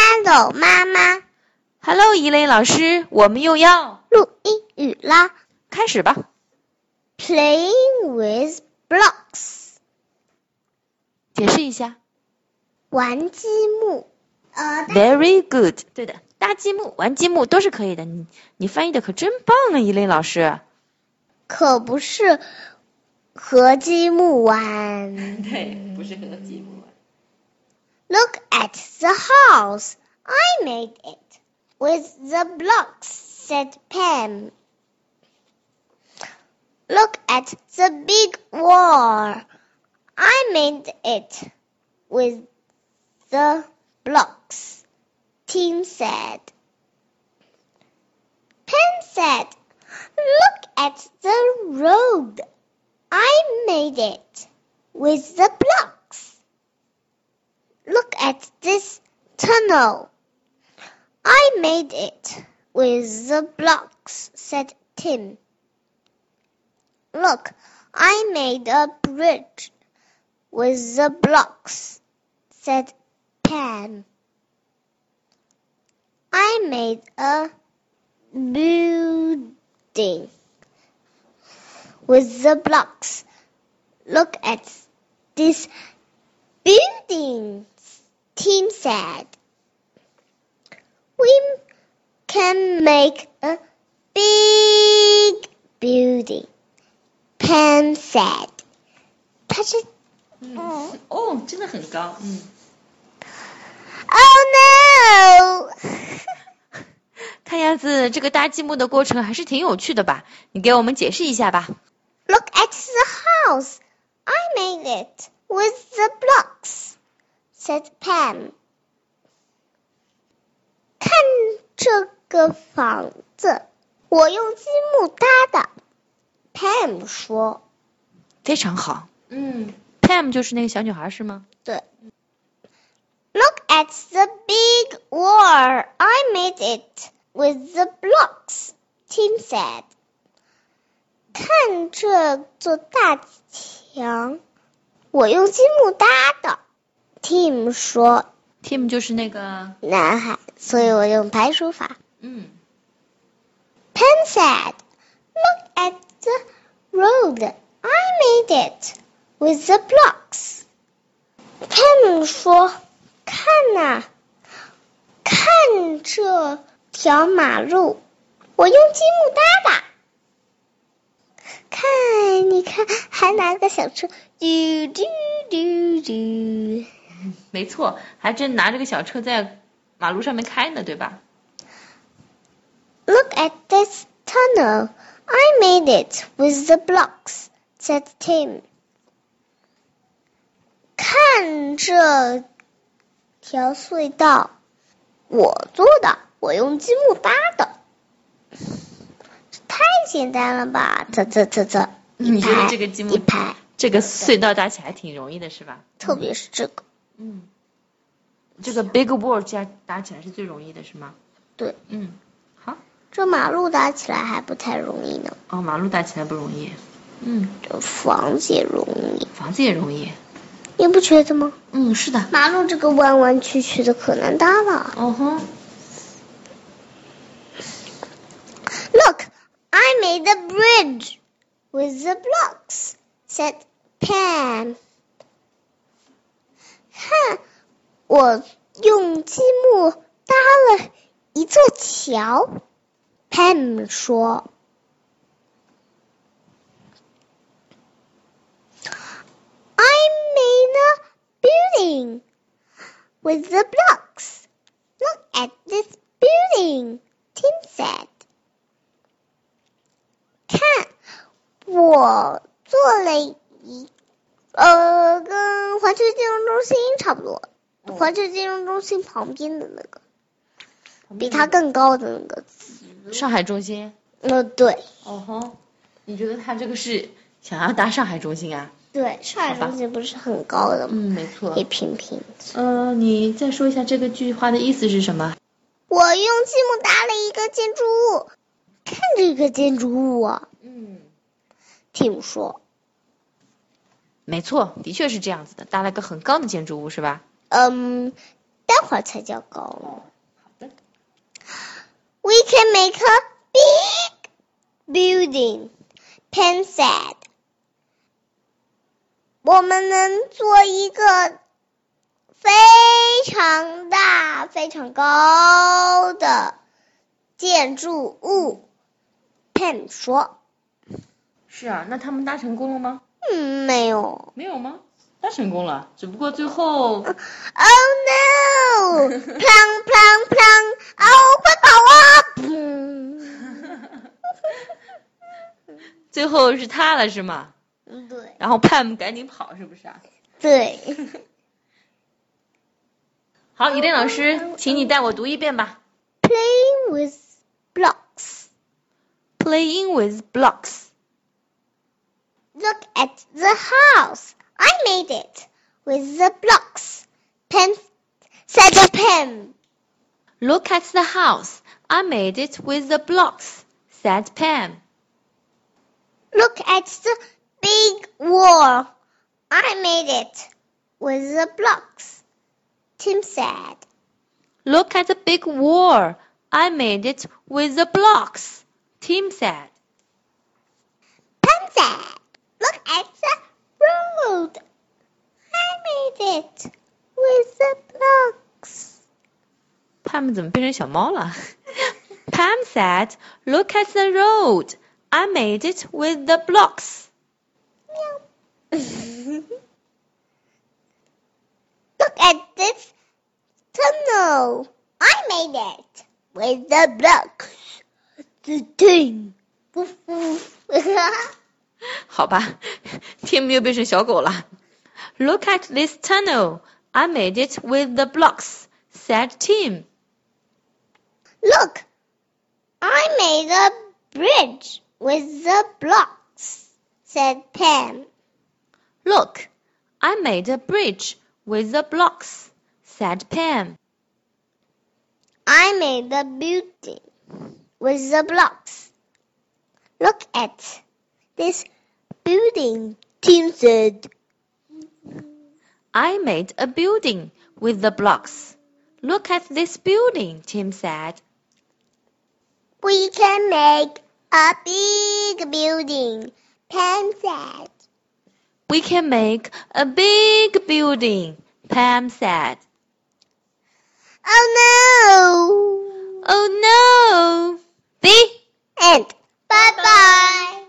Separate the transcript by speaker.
Speaker 1: Hello，妈妈，
Speaker 2: Hello，伊磊老师，我们又要
Speaker 1: 录英语啦
Speaker 2: 开始吧。
Speaker 1: ！Playing with blocks，
Speaker 2: 解释一下。
Speaker 1: 玩积木。呃
Speaker 2: Very good，对的，搭积木、玩积木都是可以的。你你翻译的可真棒啊，伊磊老师。
Speaker 1: 可不是和积木玩。
Speaker 2: 对，不是和积木。
Speaker 1: Look at the house. I made it with the blocks, said Pam. Look at the big wall. I made it with the blocks, Tim said. Pam said, Look at the road. I made it with the blocks. Look at this tunnel. I made it with the blocks, said Tim. Look, I made a bridge with the blocks, said Pam. I made a building with the blocks. Look at this building, Tim said. We can make a big building, Pam said. 他是
Speaker 2: 嗯，哦，真的很高。嗯，
Speaker 1: Oh no!
Speaker 2: 看样子这个搭积木的过程还是挺有趣的吧？你给我们解释一下吧。
Speaker 1: Look at the house. I made it with the blocks, said Pam. 看这个房子，我用积木搭的。Pam 说
Speaker 2: 非常好。
Speaker 1: 嗯
Speaker 2: Pam 就是那个小女孩是吗？：“
Speaker 1: 对。”Look at the big wall. I made it with the blocks, Tim said. 看这座大墙，我用积木搭的。Tim 说
Speaker 2: Tim 就是那个，：“
Speaker 1: 男孩，所以我用排除法。”
Speaker 2: 嗯
Speaker 1: Pen said, Look at the road. I made it with the blocks. Pen 说：“看呐、看这条马路，我用积木搭的。看，你看，还拿个小车，嘟嘟嘟嘟。
Speaker 2: 没错，还真拿着个小车在马路上面开呢，对吧？
Speaker 1: Look at this tunnel. I made it with the blocks, said Tim. 看这条隧道，我做的，我用积木搭的。这太简单了吧？这这这这
Speaker 2: 你觉得
Speaker 1: 排
Speaker 2: 这个积木
Speaker 1: 一，排，
Speaker 2: 这个隧道搭起来挺容易的，是吧？
Speaker 1: 特别是这个，
Speaker 2: 嗯，这个 Big Wall 加搭起来是最容易的，是吗？
Speaker 1: 对，
Speaker 2: 嗯，好，
Speaker 1: 这马路搭起来还不太容易呢，
Speaker 2: 哦，马路搭起来不容易，嗯，
Speaker 1: 这房子也容易，
Speaker 2: 房子也容易，
Speaker 1: 你不觉得吗？
Speaker 2: 嗯，是的，
Speaker 1: 马路这个弯弯曲曲的可难搭了。
Speaker 2: 哦哼，
Speaker 1: Look, I made a bridge with the blocks, said Pam. 看，我用积木搭了一座桥，Pam 说。I made a building with the blocks. Look at this building, Tim said. 看，我做了一，呃，跟环球金融中心差不多，环球金融中心旁边的那个，比它更高的那个，
Speaker 2: 上海中心，
Speaker 1: 呃，对，
Speaker 2: 哦哼，你觉得他这个是想要搭上海中心啊？
Speaker 1: 对，上海中心不是很高的吗？
Speaker 2: 嗯，没错
Speaker 1: 一平平。
Speaker 2: 呃，你再说一下这个句话的意思是什么？
Speaker 1: 我用积木搭了一个建筑物，看这个建筑物啊，
Speaker 2: 嗯，
Speaker 1: 听说，
Speaker 2: 没错，的确是这样子的，搭了个很高的建筑物是吧？
Speaker 1: 嗯，待会儿才叫高呢。 We can make a big building. Pen said. 我们能做一个非常大、非常高的建筑物。Pen 说
Speaker 2: 是啊，那他们搭成功了吗？：“
Speaker 1: 嗯，没有。
Speaker 2: 没有吗？搭成功了，啊只不过最后
Speaker 1: Oh no! 砰砰砰！哦，快跑啊！砰！
Speaker 2: 最后是塌了是吗？
Speaker 1: 嗯，对
Speaker 2: 然后 Pam 赶紧跑是不是啊？
Speaker 1: 对。
Speaker 2: 好，雨林老师，请你带我读一遍吧。
Speaker 1: Play with blocks.
Speaker 2: Playing with blocks.
Speaker 1: Look at the house. I made it with the blocks. Pen said the pen.
Speaker 2: Look at the house. I made it with the blocks. Said Pam.
Speaker 1: Look at the big wall. I made it with the blocks. Tim said.
Speaker 2: Look at the big wall. I made it with the blocks. Tim said.
Speaker 1: Pen said. Look at the road. I made it with the blocks.
Speaker 2: Pam 怎么变成小猫了？Pam said, "Look at the road. I made it with the blocks."
Speaker 1: Meow. Look at this tunnel. I made it with the blocks. The thing. Woof, woof. Look
Speaker 2: 好吧，Tim 又变成小狗了。Look at this tunnel. I made it with the blocks," said Tim.
Speaker 1: I made a bridge with the blocks, said Pam.
Speaker 2: Look, I made a bridge with the blocks," said Pam.
Speaker 1: I made the building with the blocks. Look at this building, Tim said.
Speaker 2: I made a building with the blocks. Look at this building, Tim said.
Speaker 1: We can make a big building, Pam said.
Speaker 2: We can make a big building, Pam said.
Speaker 1: Oh
Speaker 2: Oh no! The
Speaker 1: no! And bye bye!